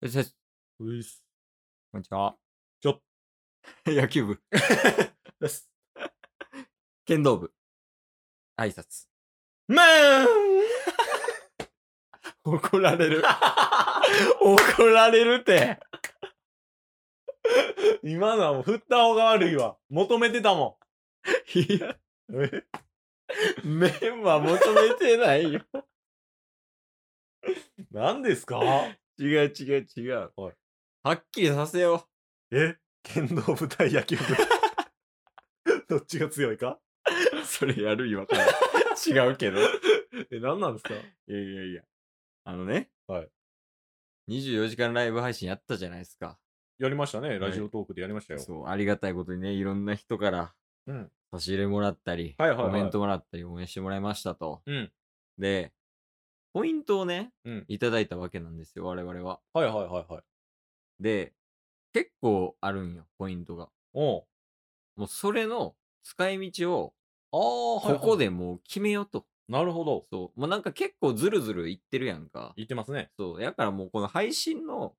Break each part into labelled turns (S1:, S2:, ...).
S1: よしよし
S2: ういす。
S1: こんにちは。
S2: ちょ
S1: 野球 部。
S2: です。
S1: 剣道部。挨拶。
S2: まー ん
S1: 怒られ る。怒られるって。
S2: 今のはもう振った方が悪いわ。求めてたも
S1: い や、
S2: ん。え
S1: 麺は求めてないよ。
S2: 何です か
S1: 違う違う違う。
S2: はい
S1: はっきりさせよ
S2: え剣道部対野球 部。どっちが強いか
S1: う。 それやる今から。違うけど。い
S2: え、何なんですか
S1: やいやいや。あのね。
S2: はい。
S1: 24時間ライブ配信やったじゃないですか。
S2: やりましたね。ラジオトークでやりましたよ。
S1: そう、ありがたいことにね、いろんな人から
S2: うん。
S1: 差し入れもらったり、
S2: はいはいはい
S1: コメントもらったり、応援してもらいましたと。
S2: うん。
S1: で、ポイントをね、
S2: うん
S1: いただいたわけなんですよ、我々は。
S2: はいはいはいはい。
S1: で、結構あるんよ、ポイントが。
S2: おう
S1: もうそれの使い道を、
S2: ああ、はいは
S1: こ
S2: い
S1: こ。でもう決めようと。
S2: なるほど。
S1: そう。もうなんか結構ずるずるいってるやんか。
S2: 言ってますね。
S1: そう。やからもうこの配信の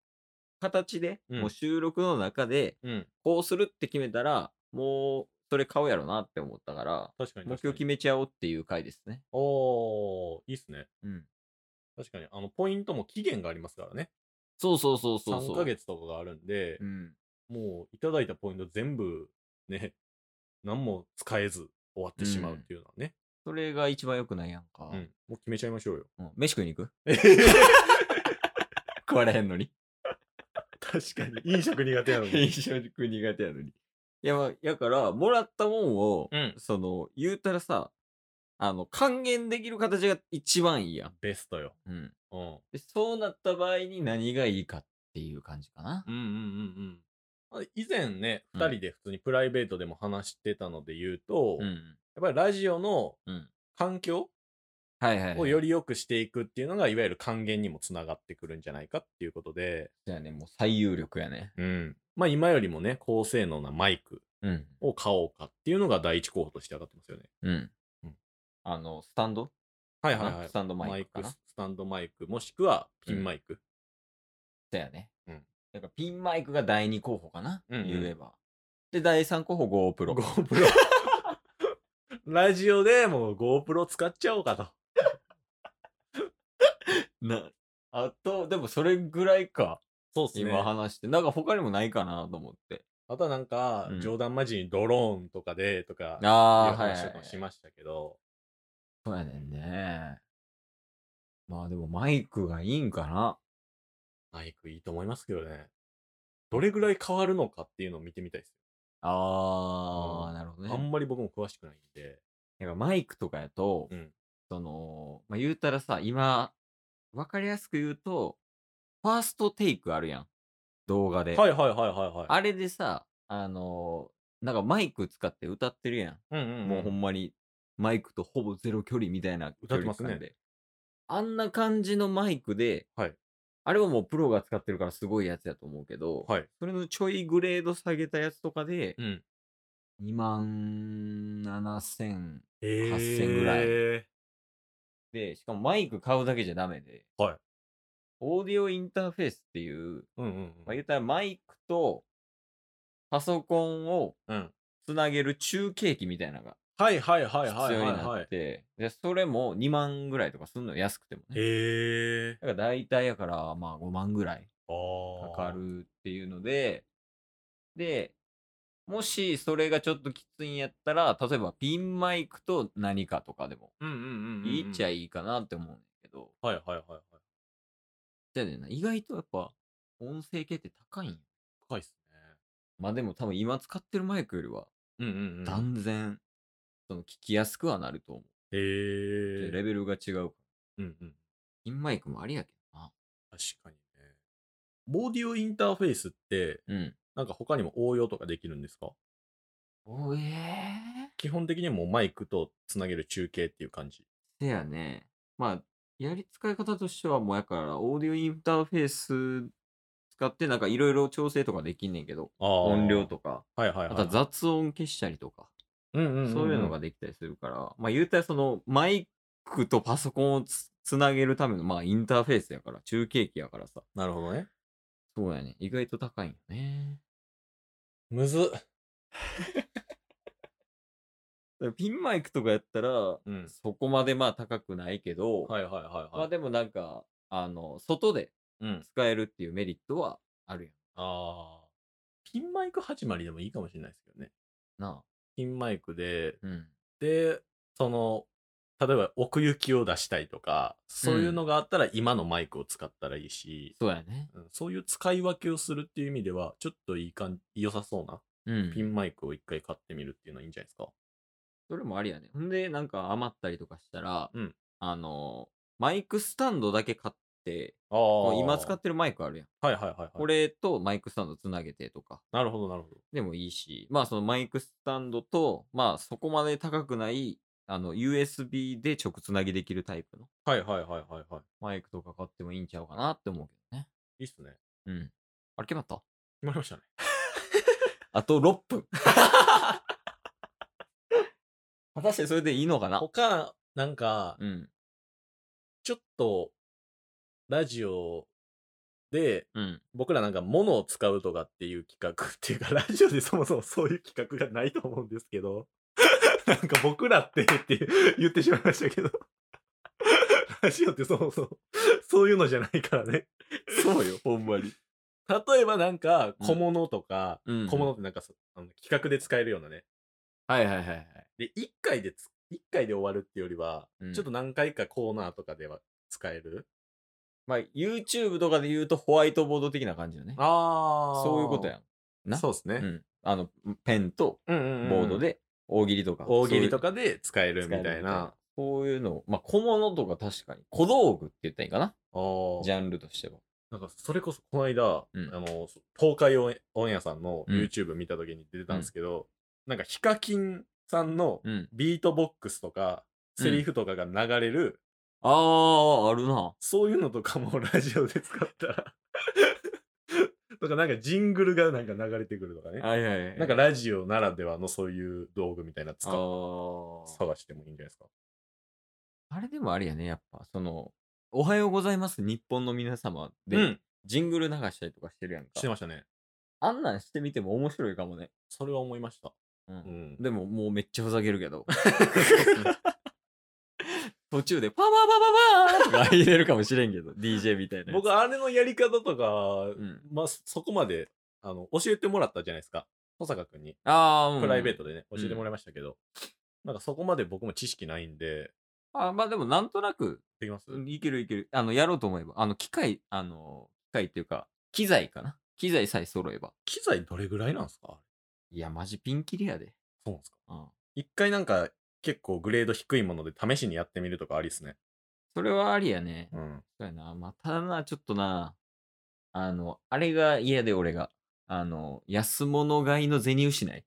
S1: 形で、
S2: うん
S1: もう収録の中で、
S2: うん。
S1: こうするって決めたら、もうそれ買うやろなって思ったから、
S2: 確かに
S1: 目
S2: 確
S1: 標
S2: か
S1: 決
S2: に。
S1: めちゃおうっていう回ですね。
S2: おー、いいっすね。
S1: うん。
S2: 確かに。あの、ポイントも期限がありますからね。
S1: そうそうそうそうそう。
S2: 3ヶ月とかがあるんで
S1: う、ん。
S2: もういただいたポイント全部ね、何も使えず終わってしまうっていうのはね。
S1: それが一番良くないやんか。
S2: うん。もう決めちゃいましょう よ。
S1: うん飯食いに行く 食われへんのに。
S2: 確かに。飲食苦手なのに。
S1: 一緒に食い苦手やのに。いや、まあ、やから、もらったもんを、
S2: うん。
S1: その、言うたらさ、あの、還元できる形が一番いいやん。
S2: ベストよ。
S1: うん。
S2: うん。
S1: でそうなった場合に何がいいかっていう感じかな。
S2: うんうんうんうん。あ以前ね、
S1: うん
S2: 二人で普通にプライベートでも話してたので言うと、
S1: う
S2: やっ
S1: ん。
S2: ぱりラジオの
S1: うん
S2: 環境
S1: はいはい、はい。
S2: をより良くしていくっていうのが、いわゆる還元にもつながってくるんじゃないかっていうことで、
S1: じゃあね、もう最有力やね。
S2: うん。まあ今よりもね、高性能なマイク
S1: うん。
S2: を買おうかっていうのが第一候補として上がってますよね。
S1: うん
S2: うん。
S1: あの、スタンド
S2: はい
S1: は
S2: はいはい
S1: ス。タンドマ
S2: マ
S1: イ
S2: イ
S1: クか
S2: ク
S1: な。
S2: スタンドマイク、もしくはピンマイク。
S1: だよね。
S2: うん。
S1: だからピンマイクが第2候補かな、
S2: うんうん
S1: 言えば。で、第3候補 GoPro。
S2: GoPro。ラジオでもう GoPro 使っちゃおうかと。
S1: な。あと、でもそれぐらいか。
S2: そうっす
S1: 今
S2: ね。
S1: 話して。なんか他にもないかなと思って。
S2: あとはなんか、
S1: うん
S2: 冗談交じりにドローンとかでと
S1: あ
S2: か、いう
S1: あ、はい、はい
S2: 話とかもしましたけど、
S1: そうやねんね。まあでもマイクがいいんかな。
S2: マイクいいと思いますけどね。どれぐらい変わるのかっていうのを見てみたいです。
S1: ああ、
S2: うん
S1: なるほど
S2: あ
S1: ね。
S2: んまり僕も詳しくないんで。
S1: なんかマイクとかやと、
S2: うん。
S1: その、まあ、言うたらさ、今、わかりやすく言うと、ファーストテイクあるやん。動画で。
S2: はいはいはいはいはい。
S1: あれでさ、あのーなんかマイク使って歌ってるやん。
S2: うんうんうん、
S1: もうほんまに、マイクとほぼゼロ距離みたいな
S2: 歌ってますね
S1: 距離感で。あんな感じのマイクで、
S2: はい
S1: あれはもうプロが使ってるからすごいやつやと思うけど、
S2: はい。
S1: それのちょいグレード下げたやつとかで、
S2: うん。
S1: 2万7000
S2: え
S1: 8000ぐらいで、しかもマイク買うだけじゃダメで、
S2: はい
S1: オーディオインターフェースっていう、
S2: うんうんうん。
S1: まあ、言ったらマイクとパソコンを
S2: うん。
S1: つなげる中継機みたいなのが
S2: はいはいはいは
S1: 必
S2: い
S1: 要に
S2: はい、
S1: な
S2: は
S1: っ
S2: い。
S1: て、で、それも2万ぐらいとかすんの安くてもね。
S2: へえ。
S1: だから大体やから、まあ5万ぐらい
S2: ああ。
S1: かか。るっていうので、で、もしそれがちょっときついんやったら、例えばピンマイクと何かとかでも
S2: うんうんうん、うん。
S1: いいっちゃいいかなって思うんだけど、
S2: はいはいはいはい。
S1: だよねんな意外とやっぱ音声系って高いんよ。
S2: 深いっす
S1: まあでも多分今使ってるマイクよりは
S2: ね。うんうんうん。
S1: 断然、その聞きやすくはなると思う。
S2: へえ。
S1: レベルが違うから。
S2: うんうん。
S1: ピンマイクもありやけどな。
S2: 確かにね。ボーディオインターフェースって、
S1: うん。
S2: なんか他にも応用とかできるんですか
S1: おえ
S2: 基本的にもうマイクとつなげる中継っていう感じ。
S1: せやね。まあ、やり使い方としてはもうやから、オーディオインターフェース使ってなんかいろいろ調整とかできんねんけど、
S2: ああ。
S1: 音量。とか、
S2: はいはいはい。
S1: あとは雑音消したりとか、
S2: うんうんんん
S1: そういうのが。できたりするから、まあ言うたらそのマイクとパソコンをつつなげるための、まあインターフェースやから、中継機やからさ、
S2: なるほどね。
S1: そうやね。意外と高いんよね。
S2: むずっ。
S1: だからピンマイクとかやったら、
S2: うん
S1: そこまでまあ高くないけど、
S2: はいはいはい
S1: ま
S2: は
S1: あ
S2: い。
S1: でもなんか、あの、外で
S2: うん。
S1: 使えるっていうメリットはある
S2: ああ。ピンマイク始まりでもいいかもしれないですけどね。
S1: やんな。
S2: ピンマイクで、
S1: うん。
S2: で、その、例えば奥行きを出したいとか、そういうのがあったら今のマイクを使ったらいいし、
S1: そうやね。
S2: うんそういう使い分けをするっていう意味では、ちょっといい感じ、良さそうな
S1: うん。
S2: ピンマイクを一回買ってみるっていうのはいいんじゃないですか。
S1: それもありやね。ほんで、なんか余ったりとかしたら、
S2: うん
S1: あの、マイクスタンドだけ買って、
S2: あ
S1: も
S2: あ。
S1: う今使っててるマイクあるやん。
S2: はいはいはい、はい。
S1: これとマイクスタンドつなげてとか
S2: なるほどなるほど。
S1: でもいいし、まあそのマイクスタンドと、まあそこまで高くない、あの、USB で直つなぎできるタイプの
S2: はいはいはいはいはい。
S1: マイクとか買ってもいいんちゃうかなって思うけどね。
S2: いいっすね。
S1: うん。あれ決まった
S2: 決まりましたね。
S1: あと6分。 果たしてそれでいいのかな
S2: 他、なんか、
S1: うん。
S2: ちょっと、ラジオで、
S1: うん。
S2: 僕らなんか物を使うとかっていう企画っていうか、 ラジオでそもそもそういう企画がないと思うんですけど、 なんか僕らってって言ってしまいましたけど、 ラジオってそもそもそういうのじゃないからね。
S1: そうよ、ほんまに。
S2: 例えばなんか小物とか、
S1: うん。
S2: 小物ってなんかそあの企画で使えるようなね。
S1: はいはいはいはい。
S2: で、1回でつ、一回で終わるってよりは、
S1: うん
S2: ちょっと何回かコーナーとかでは使える。
S1: まあ YouTube とかで言うとホワイトボード的な感じよね。
S2: あ
S1: そういうことやん。な
S2: そうですね。
S1: うん。あの、ペンと
S2: うんうんうん
S1: ボードで大喜利とか。
S2: 大喜利と
S1: か
S2: かで使えるみたいな。。
S1: そういうのを、まあ小物とか確かに。小道具って言ったらいいかな
S2: ああ
S1: ジャンルとしては。
S2: なんかそれこそこの間、
S1: うん
S2: あのそ東海オンオンエアさんの
S1: うん
S2: YouTube 見た時に出てたんですけど、なんかヒカキンさんの
S1: うん。
S2: ビートボックスとかセリフとかが流れる、
S1: ああ、あるな。
S2: そういうのとかも ラジオで使ったら とかなんかジングルがなんか流れてくるとかね
S1: はいはいはい。
S2: なんかラジオならではのそういう道具みたいな使
S1: あ
S2: っ
S1: ー
S2: 探してもいいんじゃないですか
S1: あれでもあれやね、やっぱ、その、おはようございます、日本の皆様で、
S2: うん
S1: ジングル流したりとかしてるやんか。
S2: してましたね
S1: あんなんしてみても面白いかもね。
S2: それは思いました、
S1: うん
S2: うん、
S1: でも、もうめっちゃふざけるけ ど。途中で、パワーパワーパワーとか入れるかもしれんけど、DJ みたいなやつ。
S2: 僕あれのやり方とか、
S1: ん
S2: まあそそこまであの教えてもらったじゃないですか保坂君に
S1: あー、うん
S2: プライベートでね、
S1: うん
S2: 教えてもらいましたけど、なんかそこまで僕も知識ないんで
S1: あまあでも、なんとなく、
S2: できます、
S1: いけるいける。あの、やろうと思えば。あの、機械、あの、機械っていうか、機材かな。機材さえ揃えば。
S2: 機材どれぐらいなんですか
S1: いや、マジピンキリやで。
S2: そうなんですか
S1: うん。
S2: 一回なんか結構グレード低いもので試しにやってみるとかありっすね
S1: それはありやね。
S2: うん
S1: そうやな。まあ、ただな、ちょっとな、あの、あれが嫌で俺が。あの、安物買いの銭失い。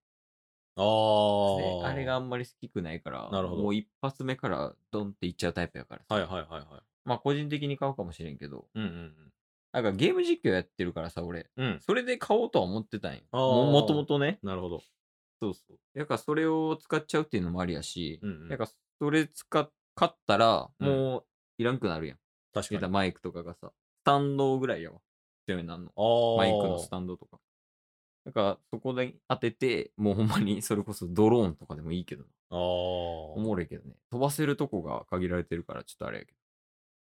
S2: あ
S1: ね
S2: あ
S1: あれがあんまり好きくないから、
S2: なるほど
S1: もう一発目からドンっていっちゃうタイプやからさ。
S2: はいはいはいはい
S1: まあ個人的に買うかもしれんけど、
S2: うんうん
S1: なんかゲーム実況やってるからさ、俺、
S2: うんうん
S1: それで買おうとは思ってたんよ。
S2: あー
S1: ももともとね。
S2: なるほど
S1: そうそう。だからそれを使っちゃうっていうのもありやし、
S2: うんうん
S1: なんかそれ使っ、買ったら、
S2: うん
S1: もういらんくなるやん。
S2: 確
S1: 言うた
S2: か
S1: ら
S2: に
S1: マイクとかがさ、スタンドぐらいやわ。必要になるの。
S2: あー
S1: マイクのスタンドとか。だから、そこで当てて、もうほんまに、それこそドローンとかでもいいけど、
S2: あ
S1: お
S2: ー
S1: もろいけどね。飛ばせるとこが限られてるから、ちょっとあれやけど。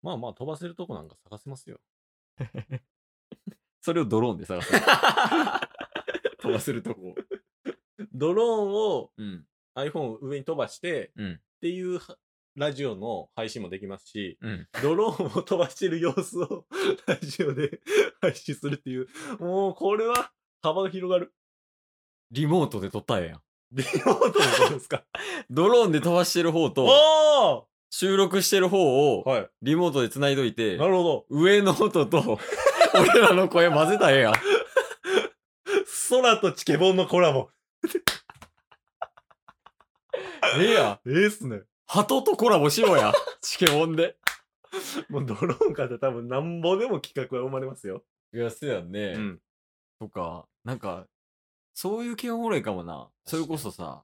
S2: まあまあ飛ばせるとこなんか探せますよ
S1: それをドローンで探す。 飛ばせるとこを。
S2: ドローンを
S1: うん。
S2: iPhone を上に飛ばして、
S1: うん
S2: っていうはラジオの配信もできますし、
S1: うん。
S2: ドローンを飛ばしてる様子を ラジオで配信するっていう、もうこれは幅が広がる。
S1: リモートで撮ったらええやん。
S2: リモートもそうですか
S1: ドローンで飛ばしてる方と、
S2: お
S1: 収録してる方
S2: ー
S1: を、
S2: はい。
S1: リモートで繋いどいて
S2: な、るほど。
S1: 上の音 と、俺らの声混ぜたらええやん。
S2: 空とチケボンのコラボ。
S1: ええやん。
S2: ええっすね。
S1: 鳩とコラボしようや。チケモンで。
S2: もうドローンから多分なんぼでも企画は生まれますよ。
S1: いや、そうやんね
S2: うん。
S1: とか、なんか、そういう系おもろいかもな。それこそさ、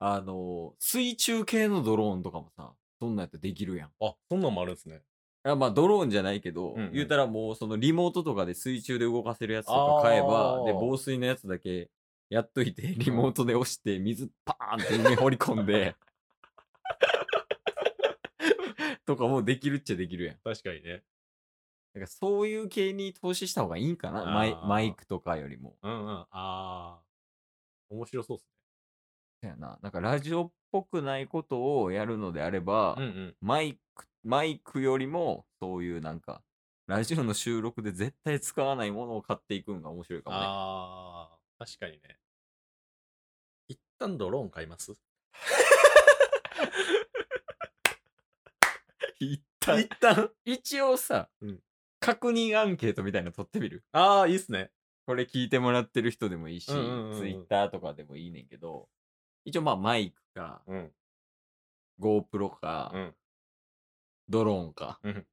S1: あの、水中系のドローンとかもさ、そんなんやったらできるやん。
S2: あ、そんなんもあるんですね。
S1: あまあドローンじゃないけど、
S2: うんうん
S1: 言うたらもうそのリモートとかで水中で動かせるやつとか買え
S2: あ
S1: ば
S2: ー
S1: で防水のやつだけやっといてリモートで押して水パーンって海掘り込ん でとかもうできるっちゃできるやん。
S2: 確かに
S1: だ
S2: ね。
S1: からそういう系に投資した方がいいんかなマイ
S2: あー
S1: マイクとかよりも。
S2: うんうん。ああー。面白そうっす
S1: そうやな。なんかラジオっぽくないことをやるのであれば、
S2: ね。うんうん。
S1: マイク、マイクよりも、そういうなんか、ラジオの収録で絶対使わないものを買っていくんが面白いかもね。
S2: ああ、確かにね。一旦ドローン買います
S1: 一旦、
S2: 旦。
S1: 一応さ、
S2: うん
S1: 確認アンケートみたいなの取ってみる。
S2: ああ、いいっすね。
S1: これ聞いてもらってる人でもいいし、
S2: うんうんうんうん
S1: ツイッターとかでもいいねんけど、一応まあマイクか、
S2: うん。
S1: GoPro か、
S2: うん。
S1: ドローンか、
S2: うん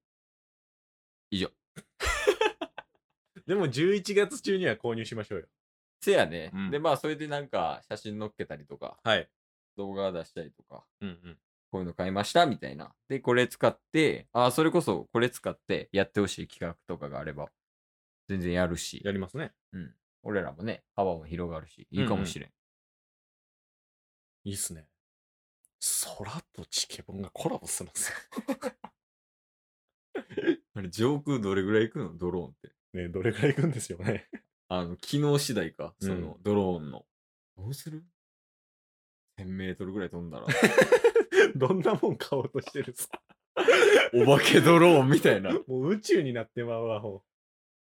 S1: 以上。
S2: でも11月中には購入しましょうよ。
S1: せやね、
S2: うん
S1: でまあそれでなんか写真載っけたりとか、
S2: はい。
S1: 動画出したりとか、
S2: うんうん。
S1: こういうの買いましたみたいな。で、これ使って、あーそれこそこれ使ってやってほしい企画とかがあれば、全然やるし
S2: や、りますね。
S1: うん。俺らもね、幅も広がるし、いいかもしれん。
S2: いいっすね。空とチケボンがコラボするんです
S1: あれ、上空どれぐらい行くのドローンって。
S2: よ。ねどれくらい行くんですよね。
S1: あの、機能次第か、
S2: うん
S1: そのドローンの。どうする ?1000 メートルぐらい飛んだら、
S2: どんなもん買おうとしてるんです か
S1: お化けドローンみたい な。い
S2: もう宇宙になってまうわ、ほ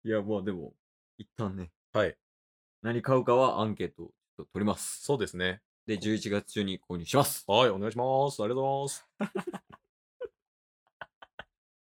S1: や、まあでも、一旦ね、
S2: う。はい。
S1: 何買うかはアンケートをちょっと取ります。
S2: そうですね。
S1: で、11月中に購入します。
S2: はい、お願いします。ありがとうございます。